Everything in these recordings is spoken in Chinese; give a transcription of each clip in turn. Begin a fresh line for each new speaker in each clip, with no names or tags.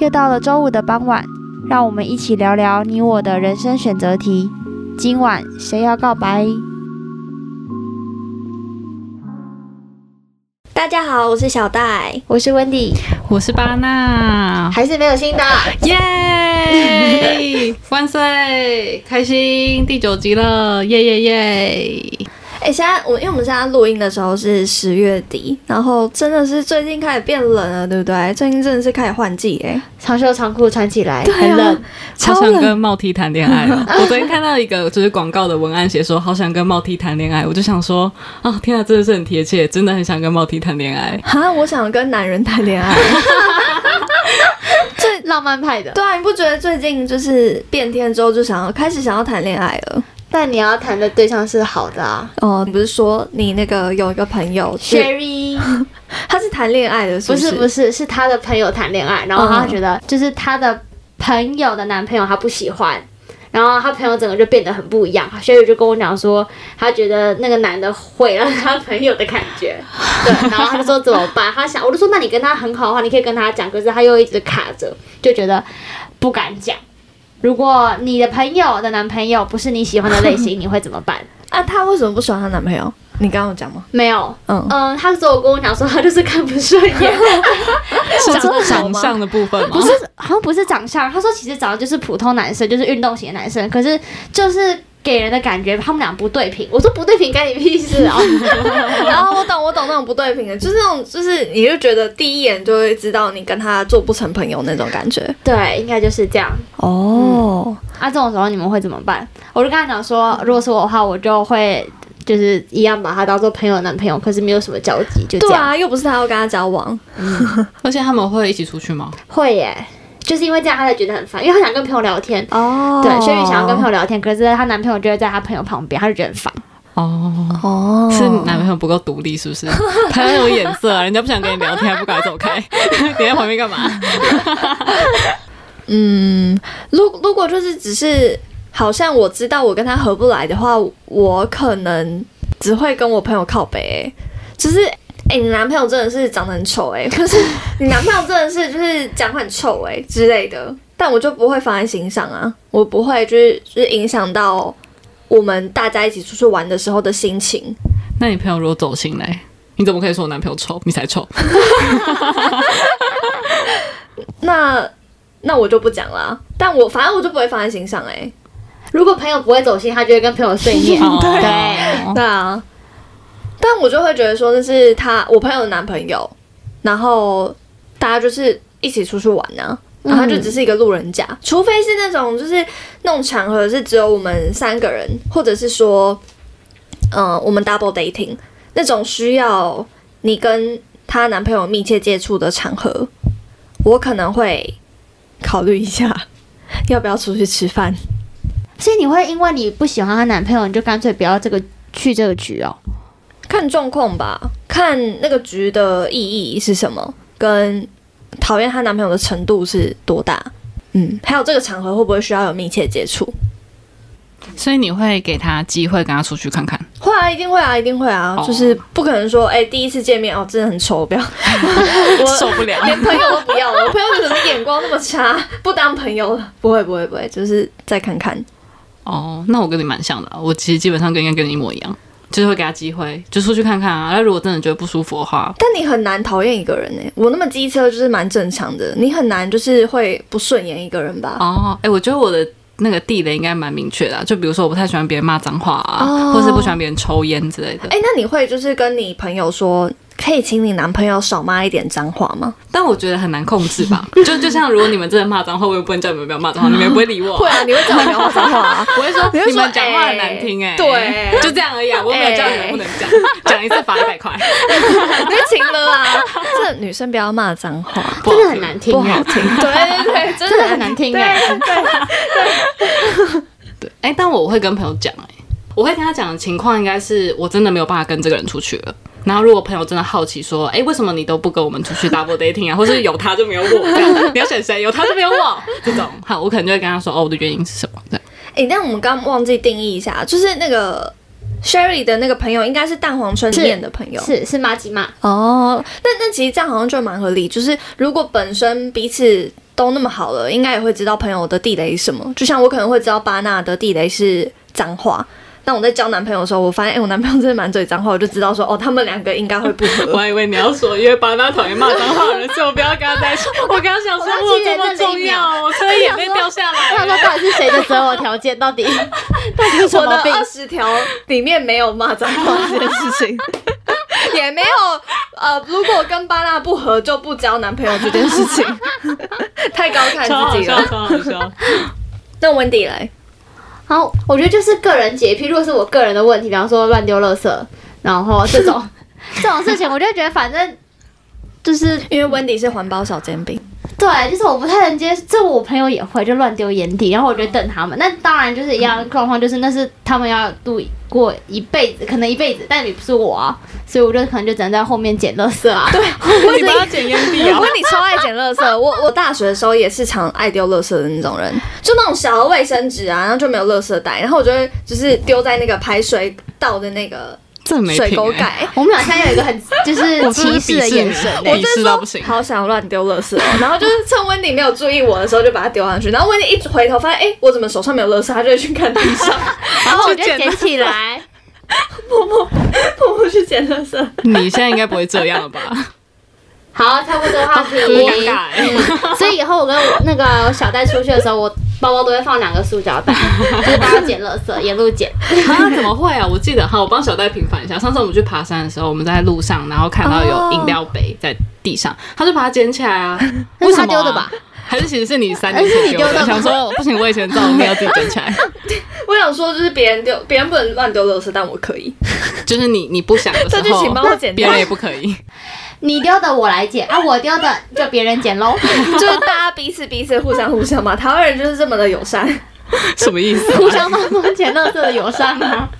又到了周五的傍晚，让我们一起聊聊你我的人生选择题。今晚谁要告白？
大家好，我是小戴。
我是 Wendy，
我是巴娜，
还是没有新的。
耶！万岁，开心，第九集了，耶耶耶！
哎、现在我因为我们现在录音的时候是十月底，然后真的是最近开始变冷了，对不对？最近真的是开始换季哎、
长袖长裤穿起来、
对啊
很冷，
哎好
超
想
冷。
跟帽 T 谈恋爱哦！我昨天看到一个就是广告的文案写说好想跟帽 T 谈恋爱，我就想说啊，天啊，真的是很贴切，真的很想跟帽 T 谈恋爱。
哈，我想跟男人谈恋爱。
浪漫派 的。
对啊，你不觉得最近就是变天之后就想要开始想要谈恋爱了？
但你要谈的对象是好 的啊
哦，你不是说你那个有一个朋友是
，Sherry。
他是谈恋爱的，是
不
是
是不
是，
是，是他的朋友谈恋爱，然后他
嗯
觉得就是他的朋友的男朋友他不喜欢，然后他朋友整个就变得很不一样。所以就跟我讲说，他觉得那个男的毁了他朋友的感觉，对，然后他就说怎么办？他想，我就说那你跟他很好的话，你可以跟他讲，可是他又一直卡着，就觉得不敢讲。如果你的朋友的男朋友不是你喜欢的类型，你会怎么办？
啊，他为什么不喜欢她男朋友？你刚刚有讲吗？
没有，
嗯，
嗯，他只有跟我讲说他就是看不顺眼，
是
真的好
长
吗
相的部分吗？
不是，好像不是长相。他说其实长得就是普通男生，就是运动型的男生，可是就是给人的感觉他们俩不对频。我说不对频干你屁事 啊！
然后我懂，我懂那种不对平衡，就是那种，就是你就觉得第一眼就会知道你跟他做不成朋友那种感觉。
对，应该就是这样。
哦、
啊，这种时候你们会怎么办？我就跟他讲说，如果是我的话，我就会就是一样把他当做朋友的男朋友，可是没有什么交集，就这
对
样。
啊，又不是他要跟他交往，
而且他们会一起出去吗？
会耶，就是因为这样他才觉得很烦，因为他想跟朋友聊天。
哦
对，轩宇想要跟朋友聊天，可是她男朋友就会在她朋友旁边，他就觉得很烦。
哦，
哦
是男朋友不够独立，是不是？他有眼色啊，人家不想跟你聊天，还不赶快走开？ 你在旁边干嘛？
嗯，如如果就是只是好像我知道我跟他合不来的话，我可能只会跟我朋友靠北、欸，就是。哎、你男朋友真的是长得很丑哎、欸， 可是你男朋友真的是就是讲话很臭哎、欸之类的，但我就不会放在心上啊，我不会就是就是影响到我们大家一起出去玩的时候的心情。
那你朋友如果走心嘞，你怎么可以说我男朋友丑？你才 丑！
那那我就不讲啦，但我反正我就不会放在心上哎、欸。
如果朋友不会走心，他就会跟朋友碎 念。
哦
对，
对啊，但我就会觉得说那是他我朋友的男朋友，然后大家就是一起出去玩呢、然后他就只是一个路人甲，除非是那种就是那种场合是只有我们三个人，或者是说，嗯、我们 double dating 那种需要你跟她男朋友密切接触的场合，我可能会考虑一下 要不要出去吃饭。
所以你会因为你不喜欢她男朋友，你就干脆不要这个去这个局哦。
看状况吧，看那个局的意义是什么，跟讨厌她男朋友的程度是多大。嗯，还有这个场合会不会需要有密切接触？
所以你会给他机会跟他出去看看，
会啊，一定会啊，一定会啊，
哦
就是不可能说，哎、第一次见面哦，真的很丑，不要，我
受不了。
连朋友都不要了，我朋友怎么眼光那么差，不当朋友了？不会，不会，不会，就是再看看。
哦，那我跟你蛮像的啊，我其实基本上跟应该跟你一模一样，就是会给他机会，就出去看看啊。那如果真的觉得不舒服的话，
但你很难讨厌一个人哎、我那么机车就是蛮正常的，你很难就是会不顺眼一个人吧？
哦，哎、我觉得我的那个地雷应该蛮明确的啊、就比如说我不太喜欢别人骂脏话啊，
哦
或是不喜欢别人抽烟之类的。
哎、那你会就是跟你朋友说，可以请你男朋友少骂一点脏话吗？
但我觉得很难控制吧，就就像如果你们真的骂脏话，我也不能叫你们不要骂脏话，你们也不会理我啊、
会啊，你会叫我讲脏话 啊？
我会说
你会
你们
说
讲话很难听哎、
哎对
就这样而已啊，我没有叫你们不能讲，讲一次罚一百块，
你会请了啊？这女生不要骂脏话，
不好
真的很难听
不
哎、
好听。 对对对，
真的很难听哎、
对，哎、但我会跟朋友讲哎、我会跟他讲的情况应该是我真的没有办法跟这个人出去了。然后如果朋友真的好奇说，哎、为什么你都不跟我们出去 double dating 啊，或是有他就没有我这样，你要选谁？有他就没有我这种，好，我可能就会跟他说，哦，我的原因是什么？对，
哎、但我们刚忘记定义一下，就是那个 Sherry 的那个朋友，应该是蛋黄村里面的朋友。
是是 妈吉妈，
哦，但但其实这样好像就蛮合理，就是如果本身彼此。都那么好了，应该也会知道朋友的地雷是什么。就像我可能会知道巴纳的地雷是脏话，但我在交男朋友的时候，我发现哎、我男朋友真的满嘴脏话，我就知道说哦，他们两个应该会不
我
合。
还以为你要说，因为巴纳讨厌骂脏话的人，所以我不要跟他在一起。我刚想说，我有这么重要，我所以眼泪掉下
我
来
想
了
说。到底是谁的择偶条件？到底 到底是 什
我的
么病？
二十条 里面没有骂脏 话这件事情，也没有呃，如果跟巴纳不合就不交男朋友这件事情， 太高看
超
自
好
己
笑，
了。
超好笑！
那温迪来，
好，我觉得就是个人洁癖。如果是我个人的问题，比方说乱丢垃圾，然后这种 这种事情，我就会觉得反正就是
因为温迪是环保小煎 饼，
对，就是我不太能接受，这我朋友也会就乱丢眼底，然后我就瞪他们。那当然就是一样的状况，就是那是他们要度过一辈子，可能一辈子，但你不是我啊，所以我就可能就只能在后面捡垃圾啊。对，
你帮他 捡烟蒂啊
我！跟你超爱捡垃圾，我我大学的时候也是常爱丢垃圾的那种人，就那种小的卫生纸啊，然后就没有垃圾袋，然后我就会就是丢在那个排水道的那个
这没
水
品
沟
欸
盖。
我们好像有一个很就是
我真
歧
的
视的
鄙视
眼
哎你
神、
我
欸。
鄙视到不行
好想乱丢垃圾哦，然后就是趁温迪没有注意我的时候就把它丢上去，然后温迪一回头发现，哎、我怎么手上没有垃圾？他就会去看地 上，
然后我就
去捡
捡
垃圾
起来，
默默默默去捡垃圾。
你现在应该不会这样了 吧？
好，差不多话题。
真的尴尬欸！
所以以后我跟我那个小戴出去的时候，我包包都会放两个塑胶袋，就是帮他捡垃圾，沿路捡。
啊，怎么会啊？我记得哈，我帮小戴平反一下。上次我们去爬山的时候，我们在路上，然后看到
哦
有饮料杯在地上，他就把它捡起来 啊。
那
为
是
什么、
他丢的吧？
还是其实是你三年前 丢
还是你丢的吧
的？想说不行，我以前照没有自己捡起来，
我想说，就是别人丢，别人不能乱丢垃圾，但我 可以。
就是你你不想的时
这
候，
句请帮我剪
别
掉
人，也不可 以。
你丢的我来捡啊，我丢的就别人捡喽。
就是大家彼此彼此互相互相嘛，台湾人就是这么的友善。
什么意 思、
互相帮忙捡垃圾的友善吗？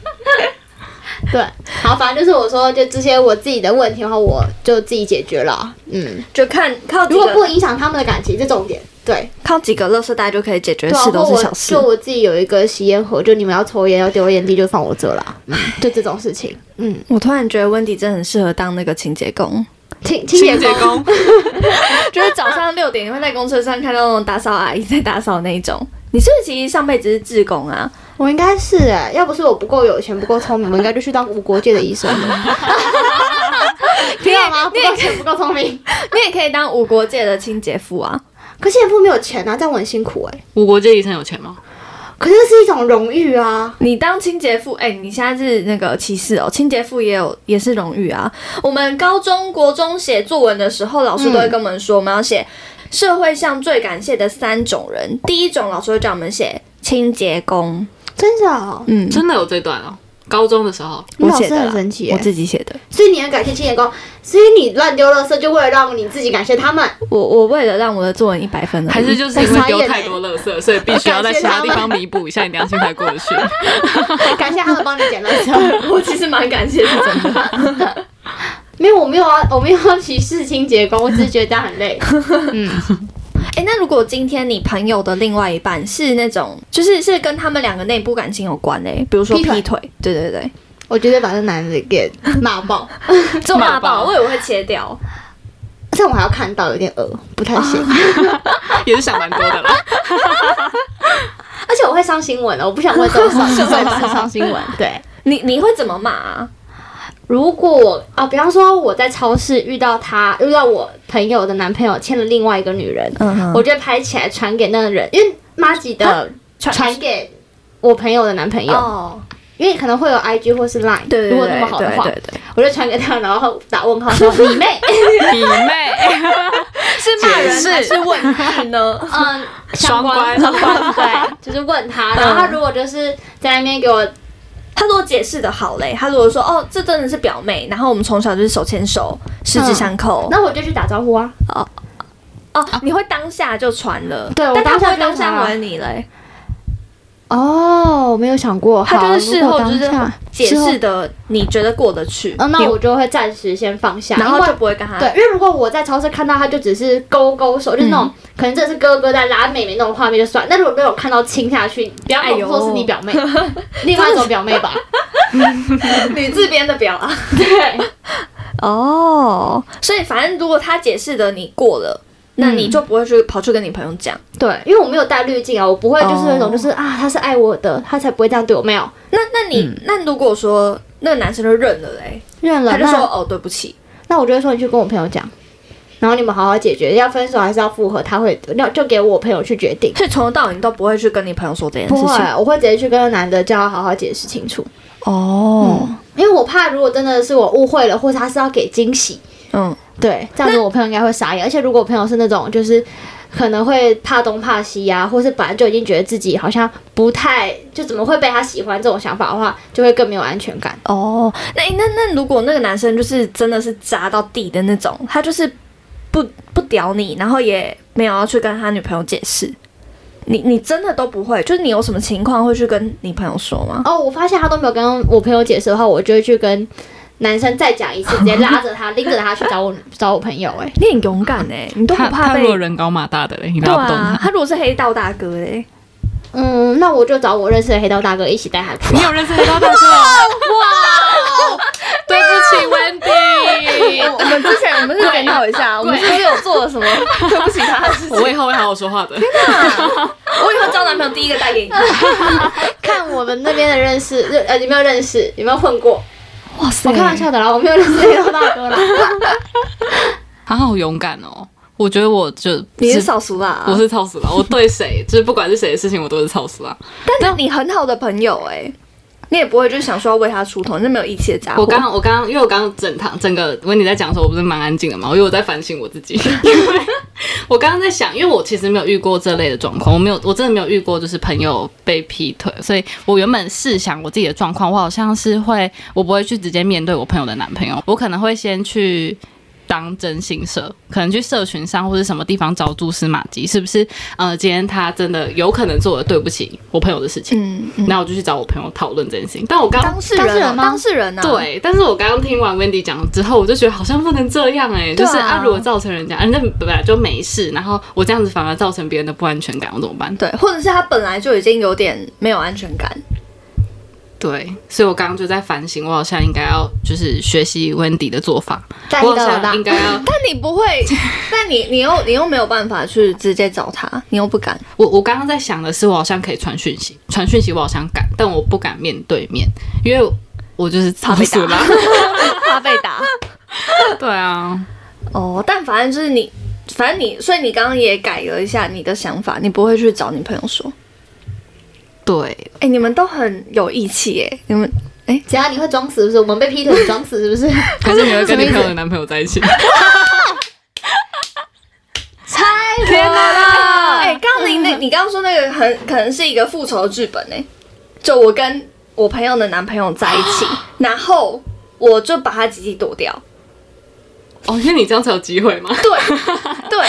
对，好，反正就是我说，就这些我自己的问题的话，我就自己解决了。嗯，
就看靠几
如果不
个
影响他们的感情，这重点。对，
靠几个垃圾袋就可以解决
对啊，
事，都
或
是
我
小事
就。我自己有一个吸烟盒，就你们要抽烟要丢烟蒂就放我这 啦，
哎
就这种事情。嗯，
我突然觉得温迪真的很适合当那个清洁工，
清清
清
洁
洁
工，
工，
就是早上六点你会在公车上看到那种打扫阿姨在打扫那一种。你是不是其实上辈子是志工啊？
我应该是哎、要不是我不够有钱不够聪明，我应该就去当无国界的医 生了。听到啊吗？不够钱不够聪明，
你也可以当无国界的清洁妇啊！
可是也不没有钱啊，这样我很辛苦哎、
我国界医生有钱吗？
可是这是一种荣誉啊。
你当清洁妇，哎、你现在是那个歧视哦，清洁妇也有也是荣誉啊。我们高中国中写作文的时候，老师都会跟我们
嗯
说，我们要写社会上最感谢的三种人。第一种，老师会叫我们写清洁工，
真的、哦，
嗯，
真的有这段哦。高中的时候，
你
我
老
写
师
的
很
啦
神奇耶
我自己写的。
所以你很感谢清洁工，所以你乱丢垃圾就为了让你自己感谢 他们。
我我为了让我的作文一百分而已，
还 是就是因为丢太多垃圾，所以必须要在其他地方弥补一下，你良心才过得 去。
感谢他们帮你捡垃 圾。
我其实蛮感谢是真的。
没有，我没有啊，我没有要歧视清洁工，我只是觉得这样很累。
哎、那如果今天你朋友的另外一半是那种，就是是跟他们两个内部感情有关嘞、比如说
劈
劈
腿
腿，对对 对，
我绝对把这男的给骂爆，
做
骂爆
我也会切掉。
这样我还要看到有点恶，不太行。
也是想蛮多的 啦。
而且我会上新闻的，我不想为这种上，所以不是上新闻。 对，
你你会怎么骂、啊？
如果我啊，比方说我在超市遇到他，遇到我朋友的男朋友牵了另外一个女人，
嗯哼
我就会拍起来传给那个人，因为妈吉的传给我朋友的男朋友，
哦，
因为可能会有 IG 或是 Line，
对对对，
如果那么好的话，
对对对，
我就传给他，然后打问 号说你妹，
你妹，
是骂人还是问句呢？
嗯，
双关
相关对，就是问他，然后他如果就是在那边给我，
他如果解释的好嘞，他如果说哦，这真的是表妹，然后我们从小就是手牵手，十指相扣，
嗯那我就去打招呼啊，
哦，你会当下就传了，
对我
但他不会
当下就
当下
传
回你嘞，
哦，我没有想过，
他
好
就是事后就
如
是
果当下
解
事后
释的，你觉得过得去，
嗯，那
你
我就会暂时先放下，
然
因
后
为
就不会跟他
对， 因为如果我在超市看到他，就只是勾勾手，就是那种、可能这是哥哥在拉妹妹那种画面就算。那如果被我看到亲下去，不要跟我说是你 表妹，另外一种表妹吧。
女字边的表啊。
对，
哦，所以反正如果他解释的你过了，
嗯
那你就不会去跑去跟你朋友讲。
对，因为我没有戴滤镜啊，我不会就是那
哦
种就是、啊，他是爱我的，他才不会这样对我。没有
那那你、
嗯
那如果说那个男生就认了嘞，
认了，
他就说
那
哦对不起，
那我就会说你去跟我朋友讲，然后你们好好解决，要分手还是要复合，他会那就给我朋友去决定。
所以从头到尾你都不会去跟你朋友说这件事
不会
情。，
我会直接去跟那男的叫他好好解释清楚，
哦，
因为我怕如果真的是我误会了，或者他是要给惊喜，
嗯，
对，这样子我朋友应该会傻眼。而且如果我朋友是那种就是可能会怕东怕西呀、或是本来就已经觉得自己好像不太就怎么会被他喜欢这种想法的话，就会更没有安全感。
哦，那那那如果那个男生就是真的是渣到底的那种，他就是不不屌你，然后也没有要去跟他女朋友解释，你你真的都不会，就是你有什么情况会去跟你朋友说吗？
哦，我发现他都没有跟我朋友解释的话，我就会去跟男生再讲一次，直接拉着他拎着他去找我找我朋友、欸。哎，
你很勇敢哎、你都不
他
怕
他
被
如果人高马大的嘞，你
对
拉不动
啊
他，。
他如果是黑道大哥哎、
嗯，那我就找我认识的黑道大哥一起带他去。
你有认识黑道大哥？哇！
哦
对不起
我们之前我们是检讨一下，我们是不是有做了什么 对不起 他的事情？
，Wendy，我以后会好好说话的。
我以后交男朋友第一个带给你。
看我们那边的认识，认呃，有没有认识？有没有混过？
哇塞
我开玩笑的啦，我没有认识黑道大 哥啦。
他好勇敢哦！我觉得我就
你是
只
少数啦，
我是操死了，我对谁就是不管是谁的事情，我都是操死了。
但你很好的朋友哎、你也不会就是想说要为他出头，那没有义气的家伙。
我刚刚我刚刚因为我刚刚整堂整个温妮在讲的时候，我不是蛮安静的嘛，因为我在反省我 自己。因为我刚刚在想，因为我其实没有遇过这类的状况，我没有我真的没有遇过就是朋友被劈腿，所以我原本试想我自己的状况，我好像是会我不会去直接面对我朋友的男朋友，我可能会先去。当真心社，可能去社群上或是什么地方找蛛丝马迹，是不是？呃，今天他真的有可能做了对不起我朋友的事情，
嗯嗯，
那、我就去找我朋友讨论这件事情。但我刚
当事
当事
人哦
人吗
当事人呢、啊？，
对，但是我刚刚听完 Wendy 讲之后，我就觉得好像不能这样哎、就是
对啊
啊，如果造成人家，人家本来就没事，然后我这样子反而造成别人的不安全感，我怎么办？
对，或者是他本来就已经有点没有安全感。
对，所以我刚刚就在反省，我好像应该要就是学习 Wendy 的做法，
大
我好
一到老
像
大
应，该要，
但你不会， 但你你又你又没有办法去直接找他，你又不敢。
我我刚刚在想的是，我好像可以传讯息，传讯息我好像敢，但我不敢面对面，因为我就是操
被
死
打
啦。
怕被打。
对啊，
哦，但反正就是你，反正你，所以你刚刚也改了一下你的想法，你不会去找你朋友说。
对，
哎、你们都很有义气哎、你们
只要你会装死，是不是？我们被劈腿你装死，是不是？
还是你会跟你
什么意思
朋友的男朋友在一起？
猜天哪
哎，刚刚你那，你刚刚说那个很可能是一个复仇的剧本呢、欸就我跟我朋友的男朋友在一起，然后我就把他集体躲掉，
哦，因为你这样才有机会嘛。
对对，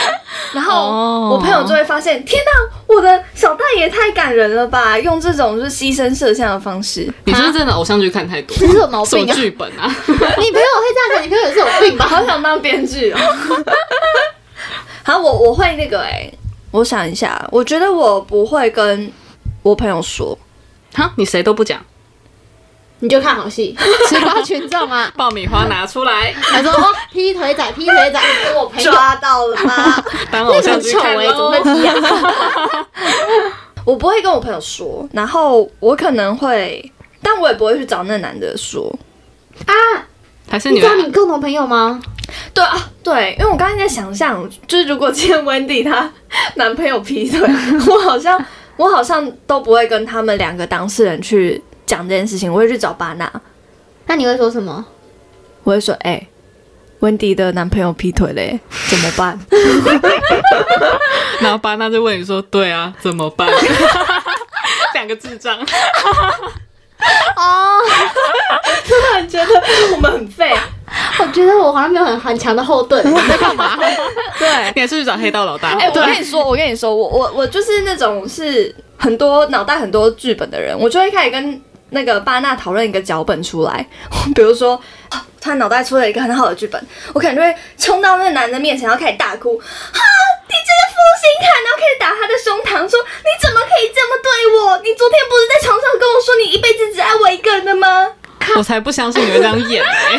然
哦
后我朋友就会发现，天哪，我的小戴也太感人了吧，用这种就是牺牲摄像的方式，
你是不是真的偶像剧看太多？
这是有毛
什
病
么
啊！
剧本 啊？
你朋友会这样讲，你朋友也是有病吧？
好想当编剧哦。好，我我会那个哎、我想一下，我觉得我不会跟我朋友说，
哈，你谁都不讲，
你就看好 戏，吃瓜群众啊！
爆米花拿出 来
他说哦，劈腿仔，劈腿仔，跟我朋友
抓到了吗？
当
那
偶
个
像
很
剧
丑
看
哎、怎么
咯
会劈啊？
我不会跟我朋友说，然后我可能会，但我也不会去找那男的说。
啊，
还是
你
你
知
们
道你共同朋友吗？
对啊，对，因为我刚才在想象，就是如果今天 Wendy 她男朋友劈 腿，我好像我好像都不会跟他们两个当事人去讲这件事情，我会去找巴纳，
那你会说什么？
我会说，哎、温迪的男朋友劈腿嘞，怎么办？
然后巴纳就问你说：“对啊，怎么办？” 两个智障，
哦，
突然觉得我们很废，啊
我觉得我好像没有很很强的后盾，你在干 嘛？
对。
你还是去找黑道老大？
哎、我跟你说，我跟你说，我我我就是那种是很多脑袋很多剧本的人，我就会开始跟那个巴纳讨论一个脚本出来， 比如说。啊他脑袋出了一个很好的剧本，我可能就会冲到那个男的面前，然后开始大哭，啊，你这个负心汉！然后开始打他的胸膛，说你怎么可以这么对我？你昨天不是在床上跟我说你一辈子只爱我一个人的吗？
我才不相信你会这样演哎、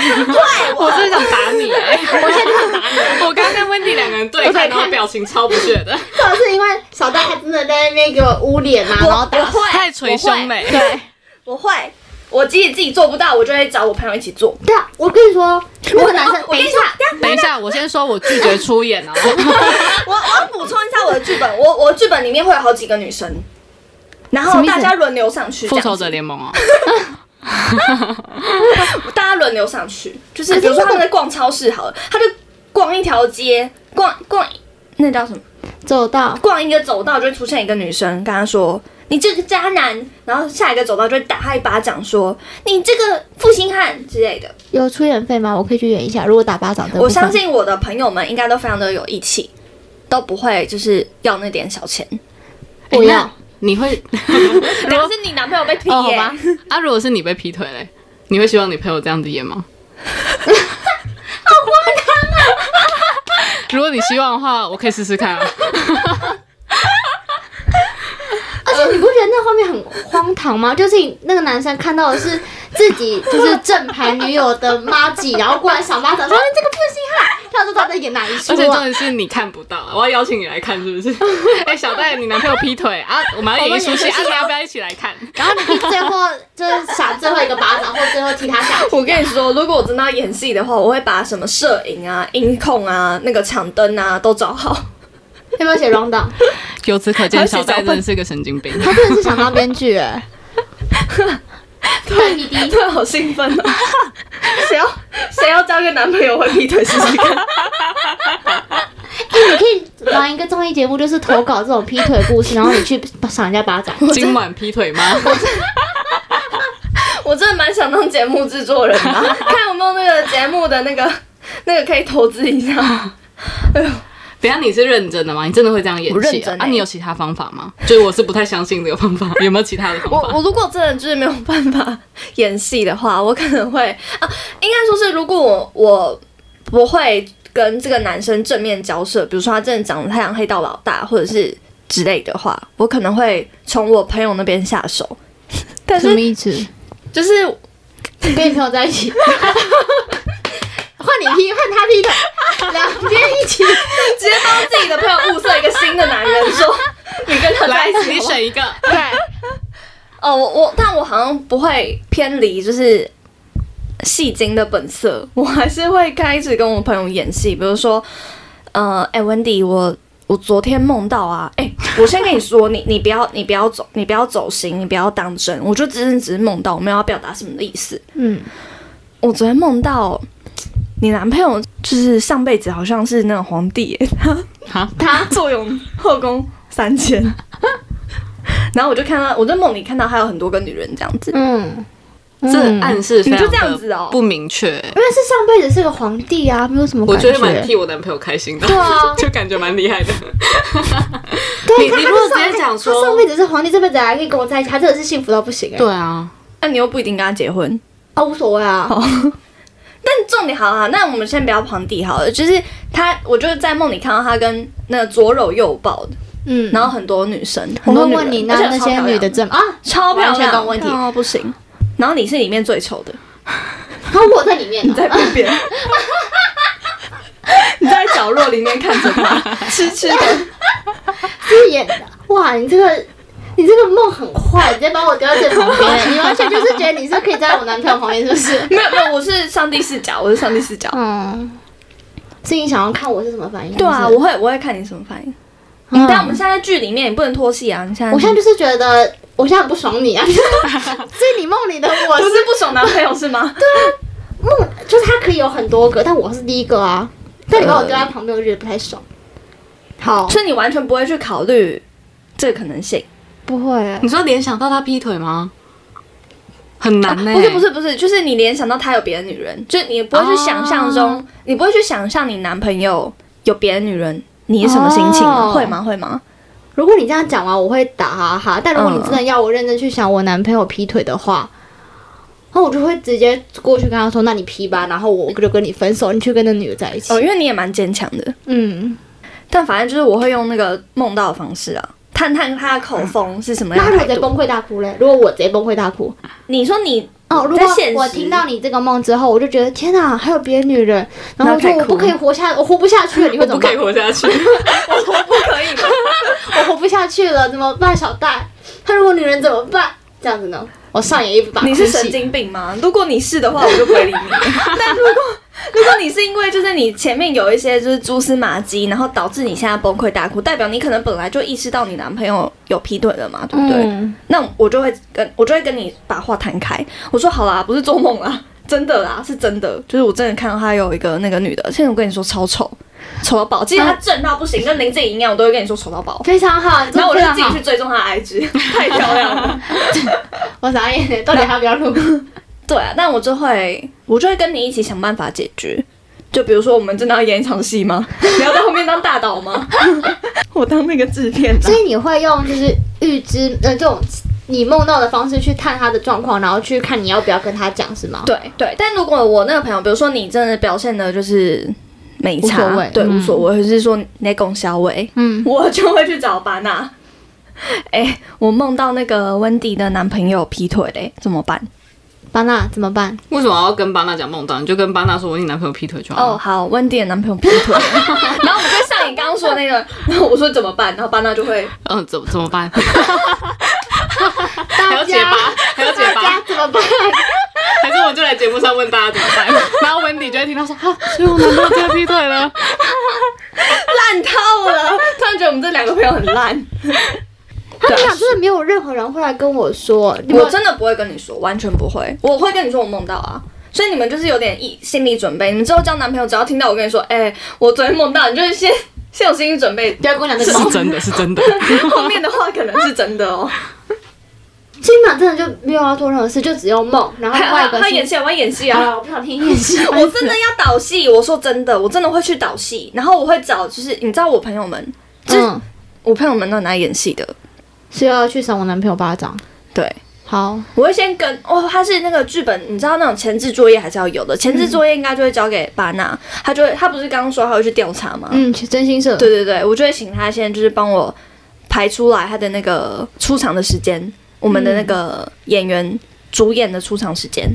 我真的想打你哎、
我现在就想打你。
我刚刚跟温迪两个人对看，然后表情超不屑 的，
或者是因为小戴还真的在那边给我捂脸啊，然后打
会
太捶胸美。
对。
我会，我即使自己做不到，我就会找我朋友一起做。
对啊，我跟你说，那个男生，
我
等
跟
一
你
下
说，，
等一下，我先说，我拒绝出演 哦。
我我要补充一下我的剧本，我我剧本里面会有好几个女生，然
什
后
么意思
大家轮流上去，
复
这
仇
样子
者联盟哦，
大家轮流上去，就是比如说他们在逛超市好了，他就逛一条街，逛逛那叫什么？
走到
逛一个走道就会出现一个女生，跟他说。你这个渣男，然后下一个走道就会打他一巴掌说，你这个负心汉之类的。
有出演费吗？我可以去演一下。如果打巴掌的，
我相信我的朋友们应该都非常的有义气，都不会就是要那点小钱。
我要
哎那你会
然后是你男朋友被 E，劈
哦？好
耶、
吧， 啊，如果是你被劈腿嘞，你会希望你朋友这样子演吗？ 好荒唐啊！如果你希望的话，我可以试试 看啊。
而且你不觉得那画面很荒唐吗？ 就是你那个男生看到的是自己就是正牌女友的妈吉，然后过来赏巴掌，说哎这个不行哈，他说他在演哪一出
而且重
啊？
点是你看不到，啊我要邀请你来看，是不 是？哎、小戴，你男朋友劈腿啊，我们要演一出戏啊，你要不要一起来看？
然后你最后就是赏最后一个巴掌，或最后踢他下 去。
我跟你说，如果我真的要演戏的话，我会把什么摄影啊、音控啊、那个场灯啊都找好。
有没有写 round down？
由此可见，
而且
小戴
小
真的是个神经病。
他真的是想当编剧哎，看 PD
突然好兴奋 啊！谁要谁要交个男朋友会劈腿试试看？
哎、你可以玩一个综艺节目，就是投稿这种劈腿故事，然后你去赏人家巴掌。
今晚劈腿吗？
我真的蛮想当节目制作人的、啊， 看有没有那个节目的那个那个可以投资一下。
等一下你是认真的吗？你真的会这样演
我认
戏、啊
真？欸
啊，你有其他方法吗？就是我是不太相信这个方法，有没有其他的方
我
法？
我如果真的就是没有办法演戏的话，我可能会啊，应该说是如果我我不会跟这个男生正面交涉，比如说他真的长得太阳黑道老大或者是之类的话，我可能会从我朋友那边下手。但是
意思？
就是
你跟你朋友在一起，换你劈，换他劈腿，两边一起。
直接帮自己的朋友物色一个新的男人，说你跟他在
来
一，起
你
好不好。
选一 个。
对，
哦，我我但我好像不会偏离，就是戏精的本色，我还是会开始跟我朋友演戏，比如说，呃，哎、温迪，我我昨天梦到啊，哎、我先跟你说，你你不要你不要走，你不要走心，你不要当真，我就只是只是梦到，我没有要表达什么的意思。
嗯，
我昨天梦到你男朋友就是上辈子好像是那个皇帝、欸，他
哈
他坐拥后宫三千。然后我就看到，我在梦里看到还有很多个女人这样子，
嗯，
这暗示非常
你就这样子哦
的不明确。
因为是上辈子是个皇帝啊，没有什么
我
感
觉得蛮替我男朋友开 心的，
对啊
就感觉蛮厉害的。
对，
你
他
你
他
如果
上辈
直接讲说
他上辈子是皇帝，这辈子还可以跟我在一起，他真的是幸福到不行哎、
啊，
那你又不一定跟他结婚。
啊，无所谓啊。
但重点好啊，那我们先不要皇帝好了，就是他，我就是在梦里看到他跟那个左搂右抱的，
嗯，
然后很多女生，
我
很多
会
女
问你
人
那
而且
那
超
些
漂亮
女的怎么啊？
超漂
完全
亮，
懂问题
漂亮到不行。然后你是里面最丑的，
然后我在里面哦
你
呢，
在边 边，你在角落里面看着他，痴痴的。
就是演的。哇，你这个。你这个梦很坏，你直接把我丢到这旁边，你完全就是觉得你是可以在我男朋友旁边，是 不是？
没有没有，我是上帝视角，我是上帝视角。
嗯，是你想要看我是什么反应？
对啊，
是
我
不是
会我会看你什么反应。
嗯
但我们现在在剧里面，你不能脱戏啊！你现在
我现在就是觉得，我现在很不爽你啊！ 所以你梦里的我
不
是
是不爽男朋友 是吗？
梦，就是他可以有很多个，但我是第一个啊。但你把我丢在旁边，我就觉得不太爽。好，
所以你完全不会去考虑这个可能性。
不会，
你说联想到他劈腿吗？很难欸呢、
啊不
欸
是不，是不是，就是你联想到他有别的女人，就是你不会去想象中，
哦
你不会去想象你男朋友有别的女人，你是什么心情啊、
哦
会吗？会吗？
如果你这样讲完，我会打哈哈。但如果你
嗯
真的要我认真去想我男朋友劈腿的话，那我就会直接过去跟他说：“那你劈吧。”然后我就跟你分手，你去跟那女的在一起
哦，。因为你也蛮坚强的。
嗯，
但反正就是我会用那个梦到的方式啊，探探他的口风是什么
那
样
他
的
如果直
态
接
度。
崩溃大哭嘞？如果我直接崩溃大哭，
你说你
哦，如
在
果
现实
我听到你这个梦之后，我就觉得天哪，还有别的女人，然后我说
然后开始
我不
哭
可以活下，我活不下去了，你会
我
怎
不
么
可
办
以？活下去。
我不可以吧？
我活不下去了，怎么办？小戴，他如果女人怎么办？这样子呢？我上演一把哭戏。
你是神经病吗？如果你是的话，我就不会理 你。但如果如果你是因为就是你前面有一些就是蛛丝马迹，然后导致你现在崩溃大哭，代表你可能本来就意识到你男朋友有劈腿了嘛，对不对？
嗯
那我就会跟我就会跟你把话摊开，我说好啦，不是做梦啦， 真的啦，是真的，就是我真的看到他有一个那个女的，现在我跟你说超丑，丑到爆，其实他正到不行，跟林志颖一样，我都会跟你说丑到爆。
非常好，
然
那
后我
我
就
常
自己
好
去。追踪他的 IG，太 漂亮了。
我傻眼了，到底还要不要录？
对啊，但我就会，我就会跟你一起想办法解决。就比如说，我们真的要演一场戏吗？ 你要在后面当大导 吗？我当那个制片的
所。以你会用就是预知呃这种你梦到的方式去探他的状况，然后去看你要不要跟他讲，是吗？
对对，但如果我那个朋友，比如说你真的表现的就是没差，
无所谓
对，
嗯
无所谓，或者是说你在拱小 伟，
嗯，
我就会去找班娜。哎、我梦到那个温迪的男朋友劈腿嘞、怎么办？
巴纳怎么办？
为什么要跟巴娜讲梦到？你就跟巴娜说我你男朋友劈腿就好了。
哦，好，温迪的男朋友劈 腿，然后我们就像你刚刚说的那个，然后我说怎么办，然后班娜就会
嗯，怎怎么办？还
大
要结
家
巴，还要结
大
巴
家，怎么 办？
还是我就来节目上问大家怎么办？ 然后温迪就会听到说，哈、所以我男朋友真的劈腿了。
烂透 了，突然觉得我们这两个朋友很烂。
他们
对啊
俩真的没有任何人会来跟我说，你们
我真的不会跟你说，完全不会。我会跟你说我梦到啊，所以你们就是有点意心理准备。你们之后交男朋友，只要听到我跟你说，哎、我昨天梦到，你就是先先有心理准备，
不要跟我讲这个
是
梦。
真的，是真的。
后面的话可能是真的哦。
金马真的就没有要做任何事，就只有梦，然后
还
另外一
还
个
还
是
演戏，我要演戏啊！
啊，我不想听演戏。
我真的要导戏，我说真的，我真的会去导戏，然后我会找，就是你知道我朋友们，就是、
嗯，
我朋友们都很爱演戏的，
是要去赏我男朋友巴掌。
对，
好，
我会先跟哦，他是那个剧本，你知道那种前置作业还是要有的，前置作业应该就会交给巴纳，他就会他不是刚刚说他会去调查吗？
嗯，去真心社。，
对对对，我就会请他先就是帮我排出来他的那个出场的时间，我们的那个演员主演的出场时间，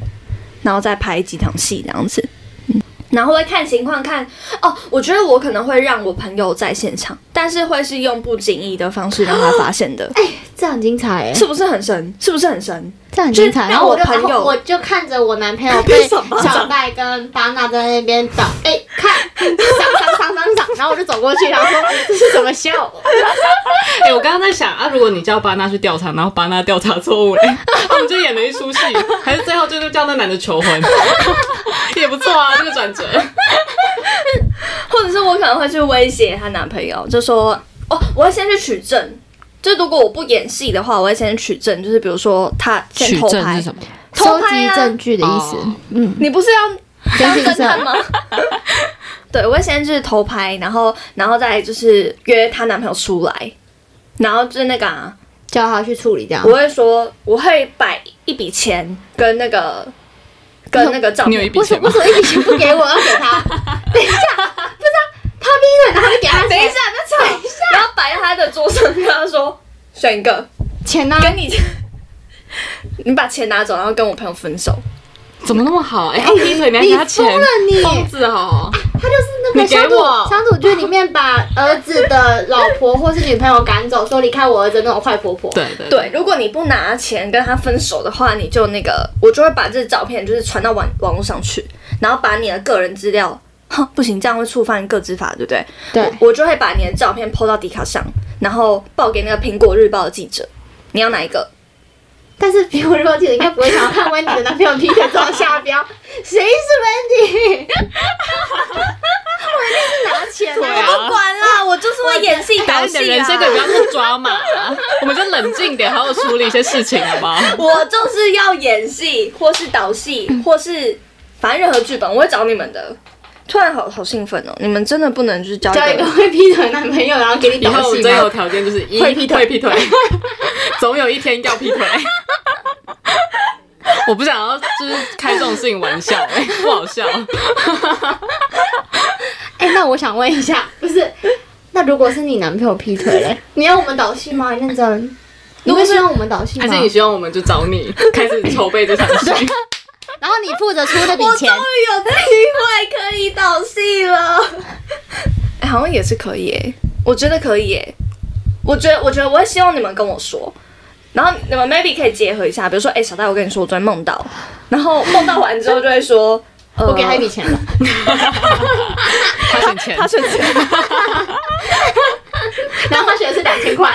然后再排几场戏这样子，嗯，然后会看情况看哦，我觉得我可能会让我朋友在现场，但是会是用不经意的方式让他发现的
哎，这很精彩哎，
是不是很神？是不是很神？
这很精彩。
就是
然后我就
让我朋友
然后我就看着我男朋友被
被赏巴掌
小戴跟巴娜在那边找，哎，看，赏赏赏赏赏，然后我就走过去，然后说这是什么笑？
哎、我刚刚在想啊，如果你叫巴娜去调查，然后巴娜调查错误嘞，我们就演了一出戏，还是最后就是叫那男的求婚， 也不错啊，这个转折。
或者是我可能会去威胁她男朋友，就说哦，我会先去取证。就如果我不演戏的话，我会先取证，就是比如说他先偷拍，
么？
收
偷拍
集
啊
证据的意思
哦。
嗯，
你不是 要
真
当
心
侦探
社
吗？ 对，我会先去偷拍，然后然后再就是约她男朋友出来，然后就是那个、啊，
叫他去处理这样
啊
我。会说我会摆一笔钱跟那个跟那个照
你有一
片，
笔
为什
钱
么
吗
为？什么一笔钱不给我，要给他？等一下，不是啊他逼的，然后就给他
等一
钱
下，不要吵， 然后摆在他的桌上，跟他说选一个，
钱呢？啊
跟 你，你把钱拿走，然后跟我朋友分手。
怎么那么好？哎、他劈腿你还给他钱
你疯了你
疯子哦！
他就是那个
你给
乡土
我
乡土剧里面把儿子的老婆或是女朋友赶走，说离开我儿子那种坏婆婆。
对对
对，如果你不拿钱跟他分手的话，你就那个，我就会把这照片就是传到网网络上去，然后把你的个人资料，哼，不行，这样会触犯个资法，对不对？
对，
我就会把你的照片 PO 到迪卡上，然后报给那个苹果日报的记者。你要哪一个？
但是苹果日报记者应该不会想要看温迪的男朋友劈腿这种下标，谁是温迪？我一定是拿钱
对
啊！
啊
不管啦，我就是会演戏
打
导
你的
戏
人生可以不
啊。
要那么抓马、我们就冷静点，好好处理一些事情，好不好？
我就是要演戏，或是导戏，或是反正任何剧本，我会找你们的。突然好好兴奋哦！你们真的不能就是交
交一个 会劈腿的男朋友，然后给你
以
导
后
戏
最有
吗？
条件就是一
会劈腿
会劈腿 总有一天要劈腿。 我不想要，就是开这种事情玩笑、哎，不好笑。
哎、那我想问一下，不是？那如果是你男朋友劈腿嘞，你要我们导戏吗？认真，你会希望我们导戏吗
还？是你希望我们就找你开始筹备这场戏？
然后你负责出这笔
有机
钱，
会可以导戏了。 哎、好像也是可以诶、我觉得可以诶、我觉得，我觉得我会希望你们跟我说，然后你们 maybe 可以结合一下，比如说，哎、小戴，我跟你说，我昨天梦到，然后梦到完之后就会 说，呃
我给他一笔钱了。
他省钱，
他是
然后他选的是两千 块，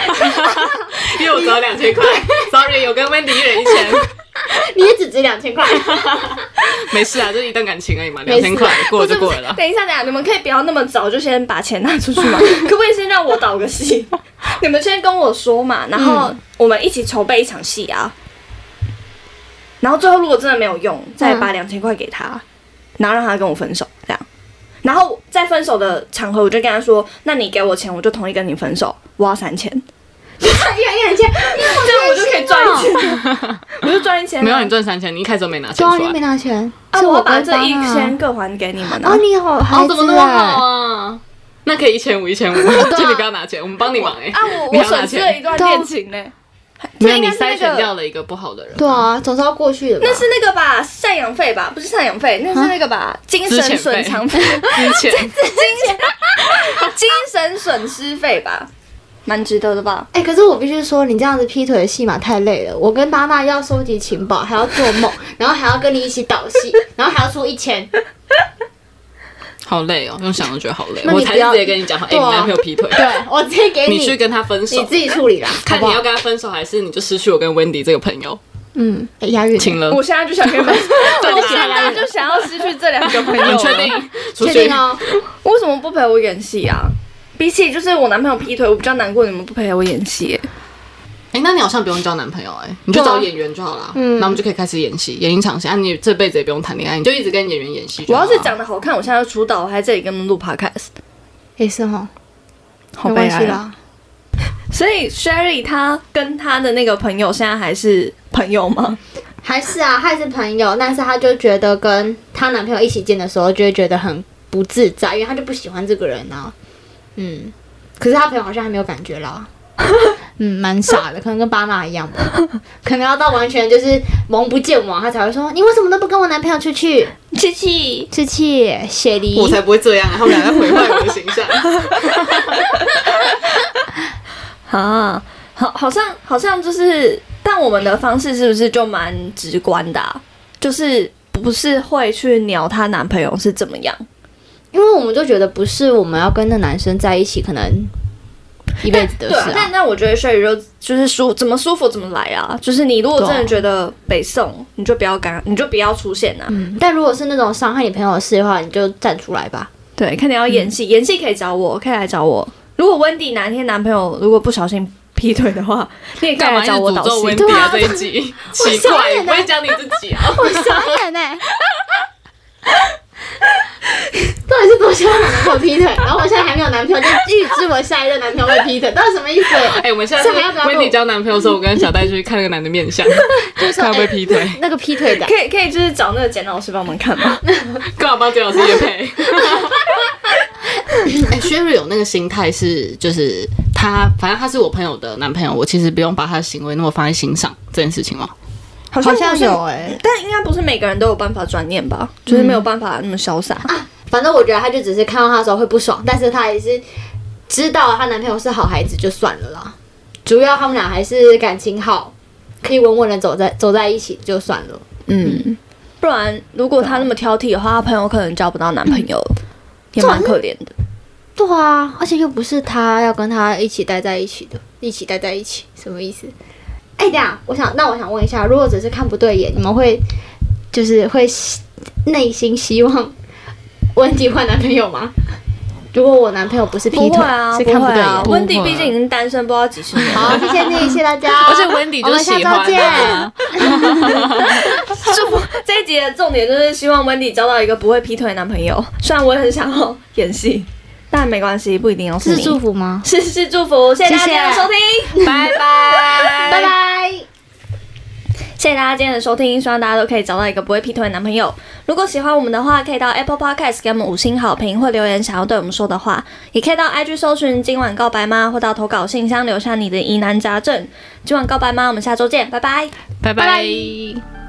因为我只有两千块，sorry，有跟 Wendy 一人一千，
你也只值两 千块。
没事啊，就是一段感情而已嘛，
没
两
事
千块过了就
不
过
是
了啦。
等一下，等一下，你们可以不要那么早就先把钱拿出去 吗？可不可以先让我导个 戏？你们先跟我说嘛，然后我们一起筹备一场戏啊。然后最后如果真的没有用，再把两千块给他，然后让他跟我分手，这样。然后在分手的场合，我就跟他说：“那你给我钱，我就同意跟你分手，我要三千，
一人一人千，
这样我就可以赚一千， 我就赚一千啊。
没有你赚三千，你一开始都没拿钱
对啊，
出
你
来
没，拿钱，
啊，
是
我要
跟
把这
帮
一
啊
千各还给你们啊
哦，。你好孩
哦，怎
子
么那么好啊？那可以一千五，一千五，
啊
就你不要拿钱，我们帮你忙哎、
啊，我
你
我
还要拿
损失了
钱，
一段
对啊
恋情呢、
没有
这应
你
该是那
筛
个
选掉了一个不好的人，
对啊，总是要过去的吧。
那是那个吧，赡养费吧，不是赡养费，那
啊
是那个吧，精
资遣
神
费
损偿费，
之前
精神损失费吧，蛮值得的吧？
哎、可是我必须说，你这样子劈腿的戏码太累了。我跟妈妈要收集情报，还要做 梦，然后还要跟你一起导戏，然后还要出一千。
好累哦，用想都觉得好累。
那你
我
不
才是
要
直接跟你讲好，哎、
对啊
你男朋友劈腿，
对我直接给
你
你，
去跟他分手
你，自己处理啦，好
看
不
你
好
要？跟他分手，还是你就失去我跟 Wendy 这个朋友，
嗯，哎押韵。
请了。
我现在就想跟你们，
对
我
啦
现在就想要失去这两个朋友。
你确？定？出
确
去
定？哦，
为什么不陪我演戏啊？比起就是我男朋友劈腿，我比较难过，你们不陪我演戏耶、
哎、那你好像不用交男朋友哎、你就
对啊
找演员就好了。嗯，那我们就可以开始演戏，演一场戏。啊，你这辈子也不用谈恋爱，你就一直跟演员演戏就
我
好
要
啊。
是长得好看，我现在就出道，我还在这里跟你们录 podcast，
也是哈，
好
没
悲
关
哀啊。
系啦。
所以 Sherry 她跟她的那个朋友现在还是朋友吗？
还是啊，还是朋友，但是她就觉得跟她男朋友一起见的时候，就会觉得很不自在，因为她就不喜欢这个人啊。嗯，可是她朋友好像还没有感觉啦。 嗯，蛮傻的，可能跟爸妈一样吧， 可能要到完全就是萌不见网，她才会说你为什么都不跟我男朋友出去
琪琪，
吃气雪梨？
我才不会这样啊，他们俩在毁坏我的形象。
啊，好，好像好像就是，但我们的方式是不是就蛮直观的、啊？就是不是会去鸟她男朋友是怎么样？
因为我们就觉得不是我们要跟那男生在一起，可能一辈子的
对啊
事，啊
但。但我觉得睡就就是舒怎么舒服怎么来啊。就是你如果真
对
的
啊
觉得北宋，你就不要干，你就不要出现啊。
嗯但如果是那种伤害你朋友的事的话，你就站出来吧。
对，看你要演戏，演戏可以找我，可以来找我。如果温迪哪天男朋友如果不小心劈腿的话，你也可
干
以
嘛
来
一
找
直
我
诅
导
咒
戏。
温迪啊？这一集奇
傻
怪，
眼
你不会讲你自己啊？
我傻眼哎、 到底是多希望我男朋友劈腿，然后我现在还没有男朋友，就预知我下一任男朋友会劈腿，到底什么意思？
哎、我们下次
这还要不要录
温迪交男朋友的时候，我跟小戴去看那个男的面 相，
就是说
看会不会劈腿
哎那个劈腿的
可，以可以，就是找那个简老师帮我们看吗？
干嘛帮简老师也配？ 哎、s h e r r y 有那个心态是，就是他，反正他是我朋友的男朋友，我其实不用把他的行为那么放在心上这件事情嘛。
好
好
不
像
是
有嗯哎、
但应该不是每个人都有办法转念吧，就是没有办法那么潇洒。
反正我觉得她就只是看到他的时候会不爽，但是她也是知道她男朋友是好孩子就算了啦。主要他们俩还是感情好，可以稳稳的走在走在一起就算了。
嗯，不然如果他那么挑剔的话，他朋友可能交不到男朋友，
啊
也蛮可怜的。
对啊，而且又不是他要跟他一起待在一起的，一起待在一起什么意思？哎、等一下，我想，那我想问一下，如果只是看不对眼，你们会就是会希内心希望温迪换男朋友吗？如果我男朋友不是劈
不
腿，
会啊，
是
不
看
会
对眼。
啊。
不会
温迪毕竟已经单身不知道几十年了，
好，谢谢你，谢谢大家。
而且 Wendy
我
就
们下
喜
周
欢
见。
啊，
祝福这一集的重点就是希望温迪交到一个不会劈腿的男朋友。虽然我也很想要演戏，但没关系，不一定要是
是
你。
祝福吗？
是是祝福，谢谢大家今天的收听，
拜拜，
拜拜。
谢谢大家今天的收听，希望大家都可以找到一个不会劈腿的男朋友。如果喜欢我们的话，可以到 Apple Podcast 给我们五星好评，或留言想要对我们说的话，也可以到 IG 搜寻“今晚告白吗”，或到投稿信箱留下你的疑难杂症。今晚告白吗？我们下周见，拜拜。
拜
拜
拜。
拜